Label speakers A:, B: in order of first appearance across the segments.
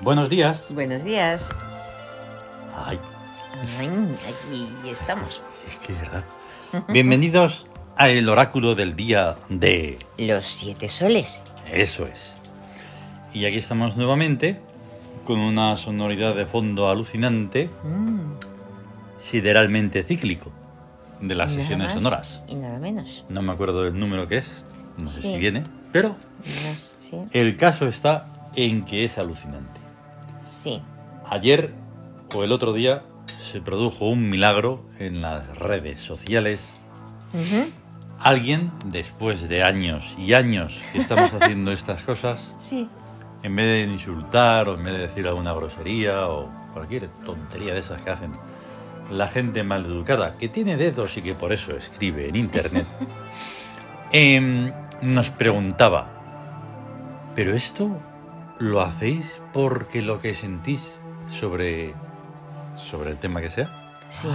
A: Buenos días.
B: Buenos días.
A: Ay,
B: Ay, aquí estamos.
A: es que es verdad. Bienvenidos a el oráculo del día de...
B: Los siete soles.
A: Eso es. Y aquí estamos nuevamente con una sonoridad de fondo alucinante,
B: Mm,
A: sideralmente cíclico, de las
B: nada
A: sesiones
B: más
A: sonoras.
B: Y nada menos.
A: No me acuerdo del número que es, no sé
B: Sí.
A: si viene, pero
B: No sé.
A: el caso está en que es alucinante.
B: Sí.
A: Ayer o el otro día se produjo un milagro en las redes sociales.
B: Ujú.
A: Alguien, después de años y años que estamos haciendo estas cosas,
B: Sí.
A: en vez de insultar o en vez de decir alguna grosería o cualquier tontería de esas que hacen la gente maleducada, que tiene dedos y que por eso escribe en internet, em, nos preguntaba, ¿pero esto lo hacéis porque lo que sentís sobre, sobre el tema que sea?
B: Sí.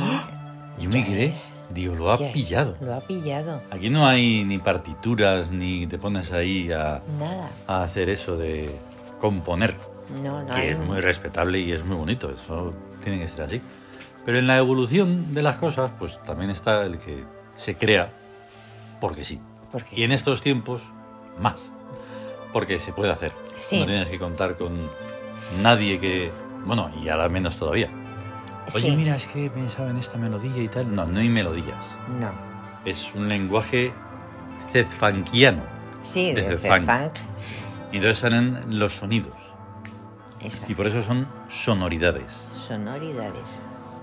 A: Yo me
B: Ya
A: quedé,
B: ves.
A: digo, ¡Ah! lo ha
B: Ya,
A: pillado.
B: Lo ha pillado.
A: Aquí no hay ni partituras, ni te pones ahí a,
B: Nada.
A: a hacer eso de componer,
B: No, no.
A: que
B: hay
A: es
B: un-
A: muy respetable y es muy bonito, eso tiene que ser así. Pero en la evolución de las cosas, pues también está el que se crea porque sí.
B: Porque
A: Y en
B: sí.
A: estos tiempos, más. Porque se puede hacer.
B: Sí.
A: No tienes que contar con nadie que... Bueno, y ahora menos todavía. Oye,
B: Sí.
A: mira, es que he pensado en esta melodía y tal. No, no hay melodías.
B: No.
A: Es un lenguaje zedfankiano.
B: Sí,
A: Desde
B: desde,
A: funk.
B: funk.
A: Y entonces salen los sonidos.
B: Exacto.
A: Y por eso son sonoridades.
B: Sonoridades.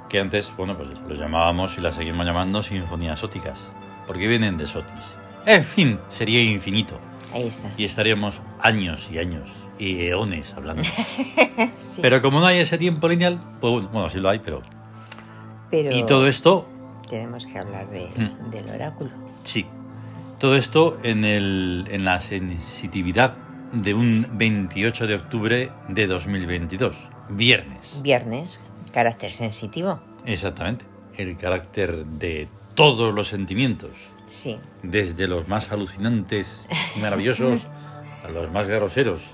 A: Que antes, bueno, pues los llamábamos y las seguimos llamando sinfonías sóticas. Porque vienen de sotis. En fin, sería infinito.
B: Ahí está.
A: Y estaríamos años y años y eones hablando.
B: Sí.
A: Pero como no hay ese tiempo lineal, pues bueno, bueno, sí lo hay, pero...
B: Pero
A: Y todo esto
B: tenemos que hablar de-
A: Mm.
B: del oráculo.
A: Sí. Todo esto en, el, en la sensitividad de un 28 de octubre de 2022. Viernes.
B: Viernes, carácter sensitivo.
A: Exactamente. El carácter de todos los sentimientos.
B: Sí,
A: Desde los más alucinantes y maravillosos a los más groseros.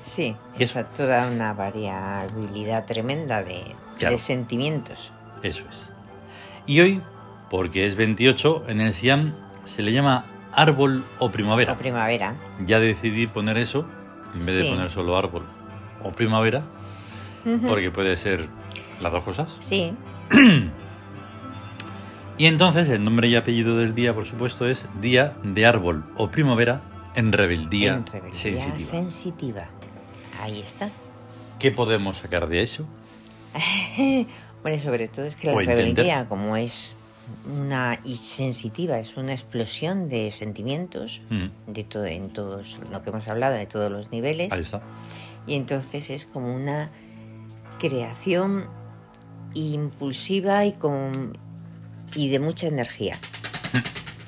B: sí.
A: Y eso-
B: Eso toda una variabilidad tremenda de,
A: Claro.
B: de sentimientos.
A: Eso es. Y hoy, porque es 28, en el Siam se le llama árbol o primavera.
B: La primavera.
A: ya decidí poner eso en vez de
B: Sí.
A: poner solo árbol o primavera, porque puede ser las dos cosas.
B: Sí,
A: Y entonces el nombre y apellido del día, por supuesto, es Día de Árbol o Primavera en Rebeldía,
B: en rebeldía
A: Sensitiva.
B: sensitiva. Ahí está.
A: ¿Qué podemos sacar de eso?
B: Bueno, y sobre todo es que
A: O
B: la
A: entender.
B: rebeldía, como es una y sensitiva, es una explosión de sentimientos
A: Mm,
B: de todo en todos lo que hemos hablado de todos los niveles
A: Ahí está.
B: y entonces es como una creación impulsiva y con y de mucha energía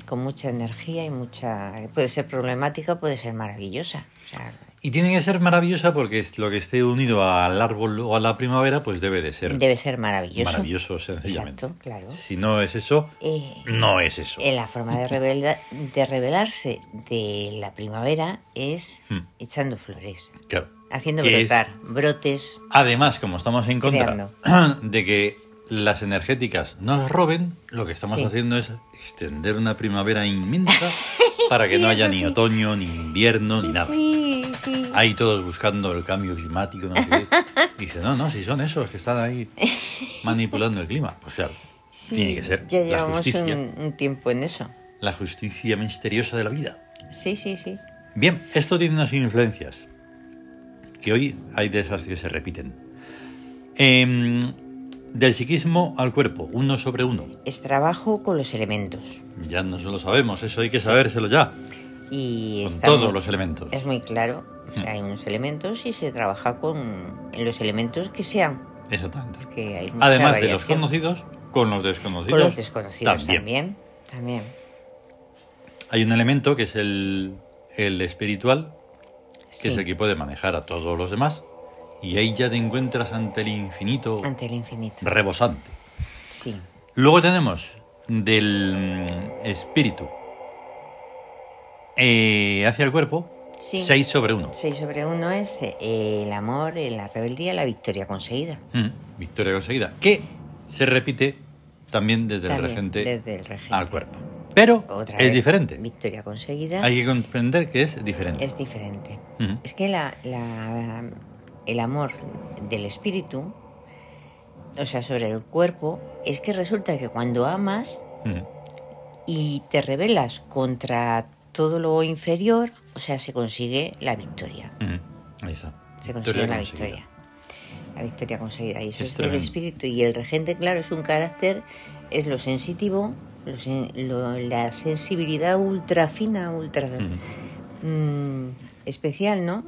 B: con mucha energía y mucha puede ser problemática puede ser maravillosa o sea,
A: Y tiene que ser maravillosa porque es- lo que esté unido al árbol o a la primavera, pues debe de ser
B: debe ser maravilloso
A: maravilloso, sencillamente.
B: exacto claro
A: Si no es eso,
B: Eh,
A: no es eso.
B: eh, la forma de, rebelda- de rebelarse de la primavera es
A: Hmm.
B: echando flores
A: Claro.
B: haciendo
A: Que es-
B: brotar brotes
A: Además, como estamos en contra de que las energéticas nos roben, lo que estamos
B: Sí.
A: haciendo es extender una primavera inmensa para que
B: Sí,
A: no haya
B: eso
A: ni
B: sí.
A: otoño, ni invierno, ni nada.
B: sí sí
A: Ahí todos buscando el cambio climático. No sé qué. Dice, no, no, si son esos que están ahí manipulando el clima. Pues claro,
B: Sí,
A: tiene que ser
B: Ya
A: la
B: llevamos
A: justicia,
B: un, un tiempo en eso.
A: la justicia misteriosa de la vida.
B: Sí, sí, sí.
A: Bien, esto tiene unas influencias que hoy hay de esas que se repiten. Em, del psiquismo al cuerpo, uno sobre uno.
B: Es trabajo con los elementos.
A: Ya no se lo sabemos, eso hay que sabérselo ya.
B: Y
A: Con
B: está
A: todos
B: muy-
A: los elementos. Mm.
B: Es muy claro. O sea, hay unos elementos y se trabaja con los elementos que sean.
A: Exactamente.
B: Porque hay mucha
A: Además de los
B: variación.
A: conocidos, con los desconocidos.
B: Con los desconocidos
A: también.
B: también. También.
A: Hay un elemento que es el, el espiritual, que
B: Sí.
A: es el que puede manejar a todos los demás. Y ahí ya te encuentras ante el infinito
B: Ante el infinito.
A: rebosante.
B: Sí.
A: Luego tenemos del mm, espíritu eh, hacia el cuerpo
B: Sí.
A: 6 sobre 1.
B: 6 sobre 1 es eh, el amor, eh, la rebeldía, la victoria conseguida.
A: Mm, Victoria conseguida. Que se repite también desde el
B: También,
A: regente
B: desde el regente.
A: al cuerpo. Pero
B: Otra
A: es
B: vez,
A: diferente.
B: Victoria conseguida
A: Hay que comprender que es diferente. Mm,
B: es diferente.
A: Ujú.
B: Es que la- la- el amor del espíritu, o sea, sobre el cuerpo, es que resulta que cuando amas
A: Ujú.
B: y te rebelas contra todo lo inferior, o sea, se consigue la victoria.
A: Ujú. mm. Ahí está.
B: Se
A: Victoria
B: consigue la
A: conseguida.
B: victoria. La victoria conseguida. Y eso
A: Es
B: es, del
A: tremendo.
B: espíritu. Y el regente, claro, es un carácter, es lo sensitivo, lo sen- lo- la sensibilidad ultra fina, ultra mm, especial, ¿no?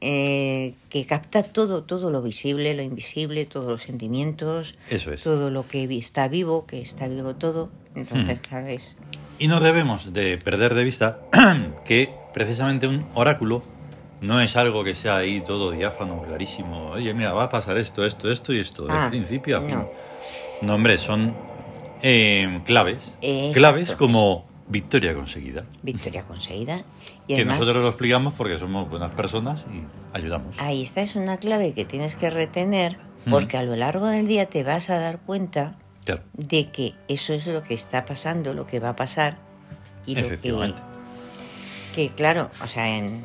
B: Eh, que capta todo, todo lo visible, lo invisible, todos los sentimientos,
A: Eso es.
B: todo lo que vi- está vivo, que está vivo todo. Entonces, claro, es
A: Y no debemos de perder de vista que precisamente un oráculo no es algo que sea ahí todo diáfano, clarísimo. Oye, mira, va a pasar esto, esto, esto y esto, de
B: Ah,
A: principio a fin. No,
B: no.
A: hombre, son eh, claves.
B: Eh,
A: claves
B: exacto.
A: como victoria conseguida.
B: victoria conseguida.
A: Que
B: Y además,
A: nosotros lo explicamos porque somos buenas personas y ayudamos.
B: Ahí está, es una clave que tienes que retener
A: Mm.
B: porque a lo largo del día te vas a dar cuenta
A: Claro,
B: de que eso es lo que está pasando, lo que va a pasar y lo que,
A: efectivamente.
B: que claro, o sea, en-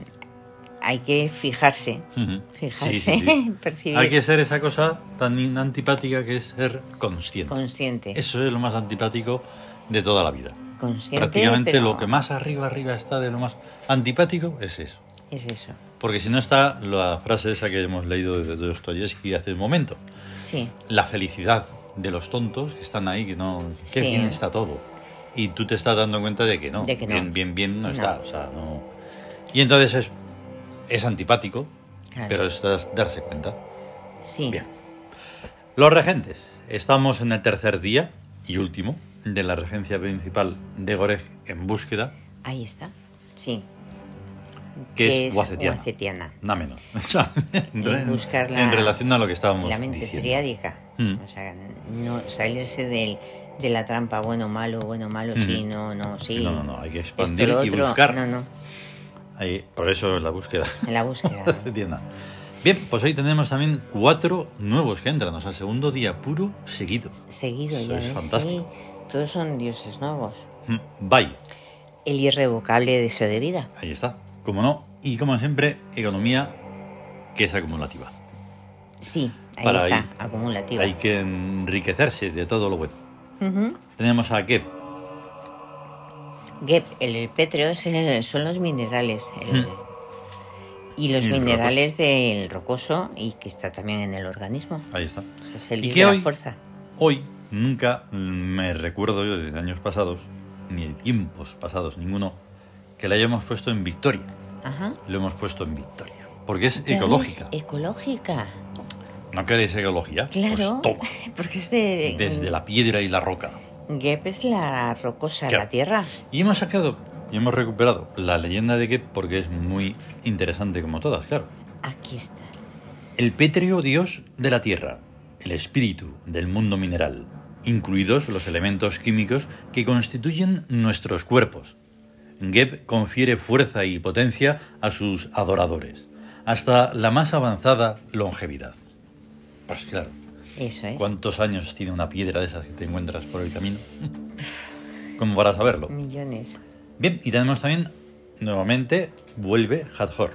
B: hay que fijarse,
A: Ujú. Sí, sí,
B: fijarse,
A: sí.
B: percibir,
A: Hay que ser esa cosa tan antipática que es ser consciente.
B: consciente,
A: Eso es lo más antipático de toda la vida.
B: consciente,
A: Prácticamente
B: pero
A: lo que más arriba arriba está de lo más antipático es eso.
B: es eso,
A: Porque si no está la frase esa que hemos leído de Dostoyevsky hace un momento.
B: sí,
A: La felicidad de los tontos que están ahí, que no... Qué
B: Sí.
A: bien está todo. Y tú te estás dando cuenta de que no.
B: De que no.
A: Bien, bien, bien no,
B: No.
A: está. O sea, no... Y entonces es, es antipático,
B: Claro.
A: pero es das- darse cuenta.
B: sí,
A: Bien. Los regentes. Estamos en el tercer día y último de la regencia principal de Goreg en búsqueda,
B: ahí está, sí,
A: que es Guacetiana.
B: guacetiana,
A: Nada menos. O sea, en,
B: buscar la-
A: en relación a lo que estábamos
B: la mente
A: diciendo.
B: triádica.
A: Mm.
B: O sea, no salirse del, de la trampa bueno, malo, bueno, malo, sí,
A: Mm.
B: no, no, sí.
A: No, no, no, hay que
B: esto,
A: expandir
B: lo
A: y
B: otro.
A: buscar.
B: No, no,
A: Ahí, por eso la búsqueda.
B: en la búsqueda. ¿no?
A: Guacetiana. Bien, pues hoy tenemos también cuatro nuevos que entran, o sea, segundo día puro seguido.
B: Seguido,
A: Eso
B: ya
A: es
B: ves,
A: fantástico.
B: sí. Todos son dioses nuevos.
A: Mm, Bye.
B: El irrevocable deseo de vida.
A: Ahí está. Como no, y como siempre, economía que es acumulativa.
B: Sí, ahí
A: Para
B: está,
A: ahí.
B: acumulativo.
A: Hay que enriquecerse de todo lo bueno.
B: Ujú.
A: Tenemos a Geb,
B: Gep, el, el pétreo es el- son los minerales. el-
A: Mm.
B: Y los
A: Y el
B: minerales del rocoso y que está también en el organismo.
A: ahí está.
B: O sea, es el
A: ¿Y
B: dios
A: qué
B: de la
A: hoy?
B: fuerza.
A: Hoy nunca me recuerdo yo de años pasados, ni de tiempos pasados, ninguno, que la hayamos puesto en victoria.
B: Ajá.
A: Lo hemos puesto en victoria. Porque es
B: Ya ves,
A: ecológica.
B: Ecológica,
A: ¿No queréis ecología?
B: claro.
A: Pues toma.
B: Porque es de.
A: Desde la piedra y la roca.
B: Gep es la rocosa,
A: Claro.
B: la tierra.
A: Y hemos sacado y hemos recuperado la leyenda de Geb porque es muy interesante como todas, claro.
B: Aquí está.
A: El pétreo dios de la tierra, el espíritu del mundo mineral, incluidos los elementos químicos que constituyen nuestros cuerpos. Geb confiere fuerza y potencia a sus adoradores, hasta la más avanzada longevidad. Pues claro,
B: Eso es.
A: ¿cuántos años tiene una piedra de esas que te encuentras por el camino? Como para saberlo.
B: Millones.
A: Bien, y tenemos también, nuevamente, vuelve Hathor.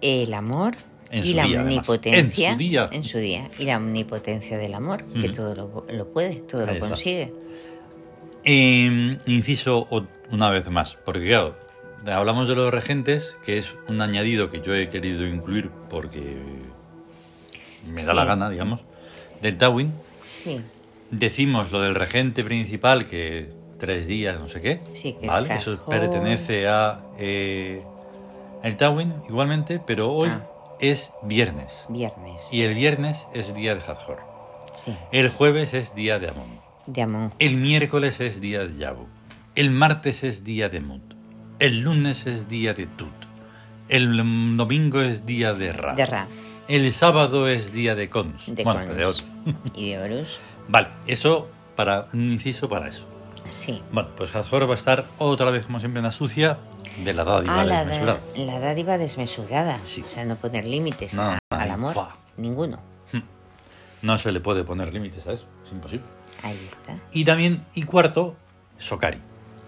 B: El amor
A: En
B: y
A: su
B: la
A: día, además.
B: omnipotencia.
A: En su día.
B: en su día. Y la omnipotencia del amor, que
A: Ujú.
B: todo lo, lo puede, todo
A: Ahí
B: lo
A: está.
B: consigue.
A: Eh, inciso o- una vez más, porque claro, hablamos de los regentes, que es un añadido que yo he querido incluir porque me da
B: Sí.
A: la gana, digamos, del Tawin.
B: Sí,
A: Decimos lo del regente principal, que tres días, no sé qué.
B: Sí, que es
A: ¿vale? Eso
B: Hathor.
A: pertenece a eh, el Tawin igualmente, pero hoy
B: Ah.
A: es viernes.
B: viernes.
A: Y el viernes es día de Hathor.
B: Sí,
A: El jueves es día de Amon.
B: de amor.
A: El miércoles es día de Yabu. El martes es día de Mut. El lunes es día de Tut. El mm, domingo es día de Ra.
B: De Ra,
A: El sábado es día de Cons.
B: de
A: bueno,
B: Cons
A: pero de otro.
B: y de Horus.
A: Vale, eso para un inciso para eso.
B: Sí.
A: Bueno, pues Hazor va a estar otra vez, como siempre, en la sucia de la dádiva
B: Ah, la,
A: desmesurada.
B: da- la dádiva desmesurada.
A: Sí.
B: O sea, no poner límites
A: No,
B: a-
A: no,
B: al amor.
A: fa.
B: Ninguno.
A: No se le puede poner límites a eso, es imposible.
B: Ahí está.
A: Y también, y cuarto, Sokari.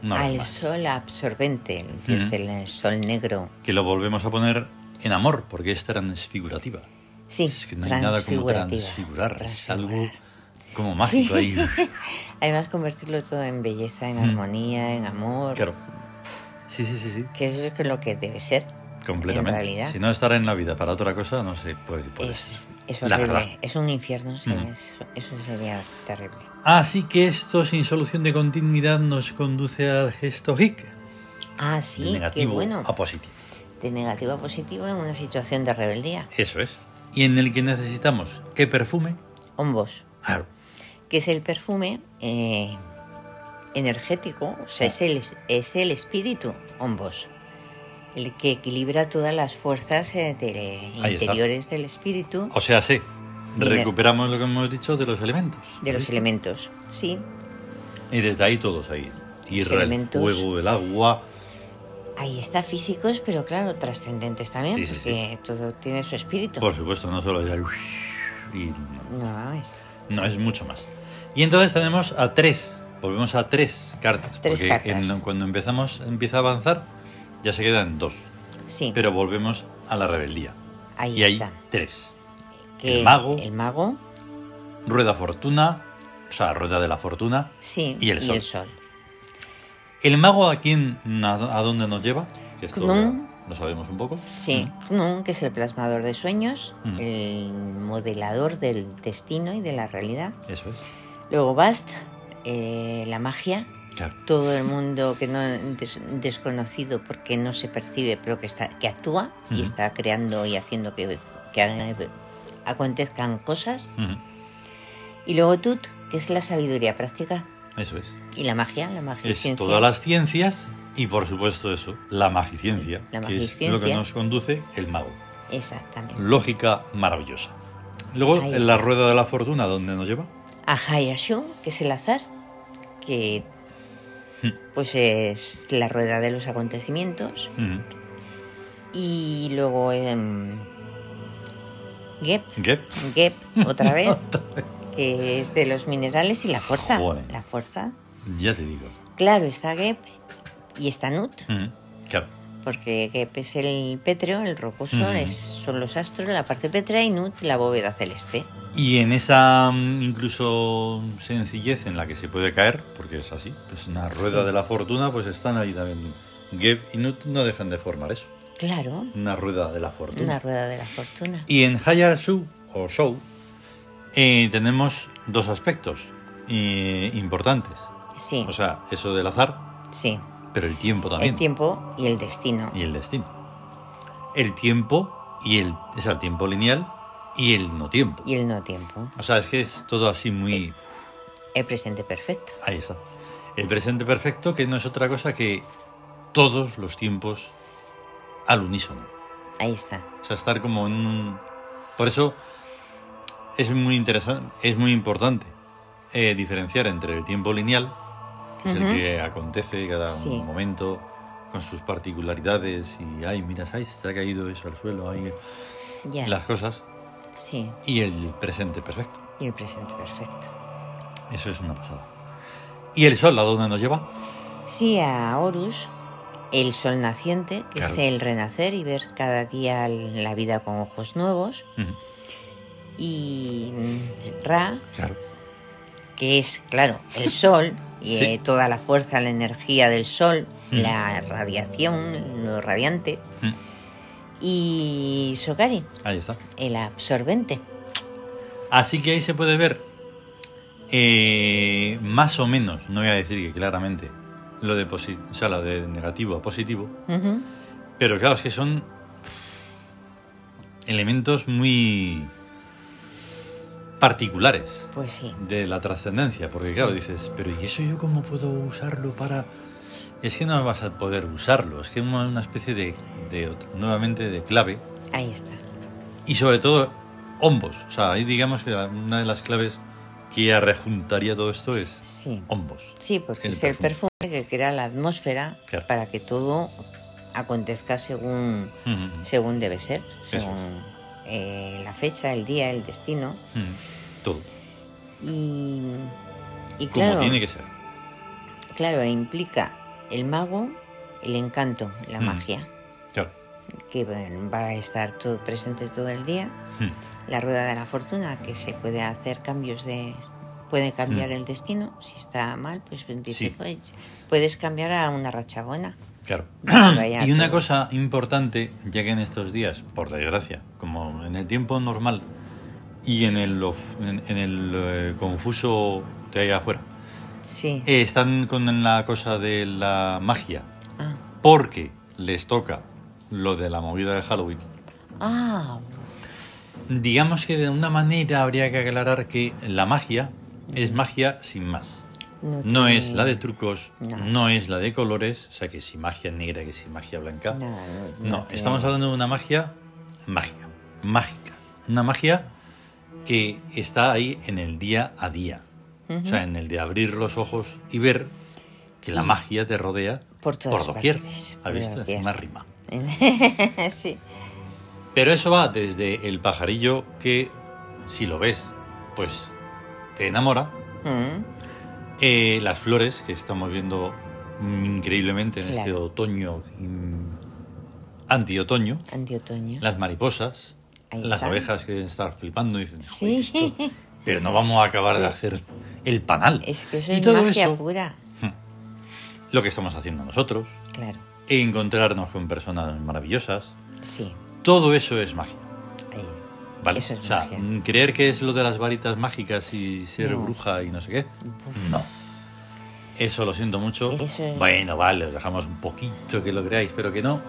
A: Una vez
B: al
A: más.
B: sol absorbente, el dios
A: Ujú.
B: del sol negro.
A: Que lo volvemos a poner en amor, porque es transfigurativa.
B: Sí,
A: Es que no hay nada como
B: transfigurativa,
A: transfigurar, es algo
B: transfigurar.
A: como mágico
B: Sí.
A: ahí.
B: Además, convertirlo todo en belleza, en
A: Mm.
B: armonía, en amor.
A: Claro. Sí, sí, sí, sí.
B: Que eso es que lo que debe ser.
A: Completamente.
B: En realidad.
A: Si no estar en la vida para otra cosa, no sé, pues, pues,
B: es, es
A: la verdad.
B: horrible. Es un infierno. sí,
A: Mm.
B: es- eso sería terrible.
A: Así que esto sin solución de continuidad nos conduce al gesto hic,
B: Ah,
A: de
B: sí, qué
A: negativo
B: bueno.
A: a positivo.
B: De negativo a positivo en una situación de rebeldía.
A: Eso es. Y en el que necesitamos que perfume,
B: Hombos.
A: claro,
B: que es el perfume eh, energético, o sea, es
A: Ah.
B: el, es el espíritu hombos, el que equilibra todas las fuerzas eh, de-
A: Ahí está.
B: interiores del espíritu,
A: o sea, sí,
B: Dime.
A: recuperamos lo que hemos dicho de los elementos.
B: de los
A: ¿viste?
B: elementos, sí,
A: Y desde ahí todos ahí. Tierra, el
B: elementos.
A: fuego, el agua.
B: ahí está físicos, pero claro, trascendentes también,
A: Sí, sí,
B: porque todo tiene su espíritu.
A: Por supuesto, no solo es el y
B: No, es
A: no es mucho más. Y entonces tenemos a tres, volvemos a tres cartas,
B: Tres
A: porque
B: cartas.
A: en- cuando empezamos empieza a avanzar ya se quedan dos,
B: sí,
A: pero volvemos a la rebeldía.
B: ahí
A: y hay
B: está.
A: tres.
B: Que
A: el mago.
B: el mago,
A: Rueda fortuna, o sea, rueda de la fortuna.
B: sí,
A: Y el sol.
B: sol.
A: El mago a quién a a dónde nos lleva, que esto
B: Knum.
A: lo sabemos un poco.
B: Sí, Knun, que es el plasmador de sueños,
A: Mm.
B: el modelador del destino y de la realidad.
A: Eso es.
B: Luego Bast, eh, la magia,
A: Claro.
B: todo el mundo que no des- desconocido porque no se percibe, pero que está que actúa y
A: Ujú.
B: está creando y haciendo que, que hagan- acontezcan cosas.
A: Ujú.
B: Y luego Tut, que es la sabiduría práctica
A: Eso es.
B: y la magia, la magia y
A: es
B: ciencia.
A: todas las ciencias y por supuesto eso, la magiciencia,
B: La
A: que es
B: magiciencia.
A: lo que nos conduce el mago.
B: Exactamente.
A: Lógica maravillosa. Luego,
B: Ahí
A: en la
B: está.
A: rueda de la fortuna, ¿dónde nos lleva?
B: A Hayashu, que es el azar, que pues es la rueda de los acontecimientos.
A: Ujú.
B: Y luego em, Gep,
A: Gep.
B: Gep, otra vez, que es de los minerales y la fuerza.
A: Joder.
B: La fuerza.
A: Ya te digo.
B: Claro, está Gep y está Nut,
A: Ujú. Claro.
B: porque Gep es el pétreo, el rocoso,
A: Ujú.
B: es- son los astros, la parte pétrea y Nut la bóveda celeste.
A: Y en esa mm, incluso sencillez en la que se puede caer, porque es así, pues una rueda
B: Sí.
A: de la fortuna, pues están ahí también. Gep y Nut no dejan de formar eso.
B: Claro,
A: Una rueda de la fortuna.
B: una rueda de la fortuna.
A: Y en Hayar Shu o Show eh, tenemos dos aspectos eh, importantes.
B: Sí,
A: O sea, eso del azar,
B: sí.
A: pero el tiempo también.
B: El tiempo y el destino.
A: Y el destino. El tiempo y el. O sea, el tiempo lineal y el no tiempo.
B: Y el no tiempo.
A: O sea, es que es todo así muy.
B: El presente perfecto.
A: Ahí está. El presente perfecto, que no es otra cosa que todos los tiempos al unísono.
B: Ahí está.
A: O sea, estar como en un... Por eso es muy interesante, es muy importante eh, diferenciar entre el tiempo lineal, que es
B: Ujú.
A: el que acontece cada
B: Sí.
A: momento con sus particularidades y, ay, miras, ay, se te ha caído eso al suelo, ay,
B: Ya.
A: las cosas,
B: Sí.
A: y el presente perfecto.
B: Y el presente perfecto.
A: Eso es una pasada. ¿Y el sol a dónde nos lleva?
B: Sí, a Horus, el sol naciente, que es
A: Claro.
B: el renacer y ver cada día la vida con ojos nuevos.
A: Ujú,
B: Y mm, Ra,
A: Claro.
B: que es, claro, el sol y
A: Sí.
B: eh, toda la fuerza, la energía del sol,
A: Mm.
B: la radiación, lo radiante.
A: Mm.
B: Y Sokari,
A: Ahí está.
B: el absorbente.
A: Así que ahí se puede ver eh, más o menos, no voy a decir que claramente, lo de, posi- o sea, lo de negativo a positivo,
B: Ujú.
A: pero claro, es que son elementos muy particulares
B: Pues sí,
A: de la trascendencia, porque
B: Sí.
A: claro, dices, pero ¿y eso yo cómo puedo usarlo para...? Es que no vas a poder usarlo, es que es una especie de, de ot- nuevamente, de clave,
B: ahí está.
A: y sobre todo hombos. O sea, ahí digamos que la- una de las claves que arrejuntaría todo esto es
B: Sí.
A: hombos.
B: Sí, porque
A: El
B: es el
A: perfume.
B: perfume que crea la atmósfera
A: Claro.
B: para que todo acontezca según,
A: Mm,
B: según debe ser,
A: Eso es.
B: según eh, la fecha, el día, el destino.
A: mm, Todo.
B: Y, y
A: Como
B: claro,
A: tiene que ser.
B: claro, implica el mago, el encanto, la
A: Mm.
B: magia,
A: Claro.
B: que bueno, va a estar todo presente todo el día.
A: Mm,
B: La rueda de la fortuna, que se puede hacer cambios de... Puede cambiar
A: Mm.
B: el destino, si está mal, pues dice,
A: Sí.
B: "Pues, puedes cambiar a una racha buena.
A: Claro.
B: Vaya
A: y una
B: todo.
A: cosa importante, ya que en estos días, por desgracia, como en el tiempo normal y en el, of- en, en el eh, confuso de ahí afuera,
B: Sí.
A: eh, están con la cosa de la magia,
B: Ah.
A: porque les toca lo de la movida de Halloween.
B: Ah,
A: Digamos que de una manera habría que aclarar que la magia es magia sin más.
B: no,
A: No
B: tiene-
A: es la de trucos,
B: No.
A: no es la de colores, o sea que si magia negra, que si magia blanca.
B: No, no, no
A: No,
B: tiene-
A: estamos hablando de una magia magia, mágica. Una magia que está ahí en el día a día. O sea, en el de abrir los ojos y ver que la magia te rodea
B: Por todas
A: doquier.
B: partes,
A: ¿Has
B: por
A: visto?
B: doquier.
A: Encima rima.
B: sí,
A: Pero eso va desde el pajarillo que, si lo ves, pues te enamora.
B: Mm,
A: Eh, las flores que estamos viendo mm, increíblemente en este
B: Claro.
A: otoño mm, antiotoño.
B: antiotoño.
A: Las mariposas,
B: Ahí
A: las
B: están.
A: ovejas que deben estar flipando y dicen, "Joder,
B: Sí.
A: esto- pero no vamos a acabar de hacer el panal.
B: Es que eso
A: y
B: es
A: todo
B: magia
A: eso,
B: pura.
A: lo que estamos haciendo nosotros,
B: Claro,
A: e encontrarnos con personas maravillosas,
B: sí.
A: todo eso es magia.
B: ahí.
A: ¿vale?
B: Eso es
A: o sea,
B: magia.
A: mm, creer que es lo de las varitas mágicas y ser
B: No.
A: bruja y no sé qué,
B: Uf.
A: no. Eso lo siento mucho.
B: Eso es-
A: Bueno, vale, os dejamos un poquito que lo creáis, pero que no.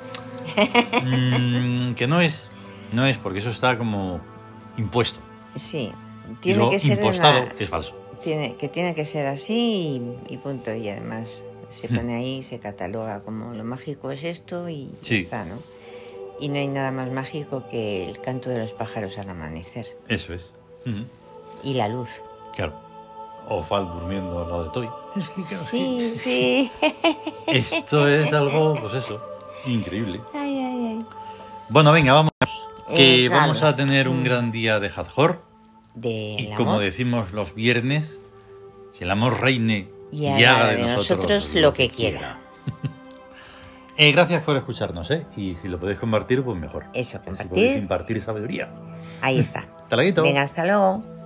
A: Mm, que no es. No es, porque eso está como impuesto.
B: Sí,
A: Y
B: tiene
A: lo
B: que ser
A: impostado
B: una-
A: es falso.
B: tiene que tiene que ser así y, y punto y además
A: Hmm.
B: se pone ahí se cataloga como lo mágico es esto y ya
A: Sí.
B: está, ¿no? Y no hay nada más mágico que el canto de los pájaros al amanecer
A: Eso es. Ujú.
B: y la luz.
A: Claro. O Fal durmiendo al lado de Toy. Es que, claro,
B: Sí, sí.
A: Esto es algo, pues eso, increíble.
B: Ay, ay, ay.
A: Bueno, venga, vamos. Que
B: Eh,
A: vamos
B: vale.
A: a tener un gran día de Hadjor.
B: de
A: Y como decimos los viernes, que el amor reine
B: Y haga de nosotros lo que quiera.
A: Eh, gracias por escucharnos, ¿eh? Y si lo podéis compartir, pues mejor.
B: Eso,
A: Si podéis
B: compartir.
A: impartir sabiduría.
B: Ahí está.
A: Hasta luego.
B: Venga, hasta luego.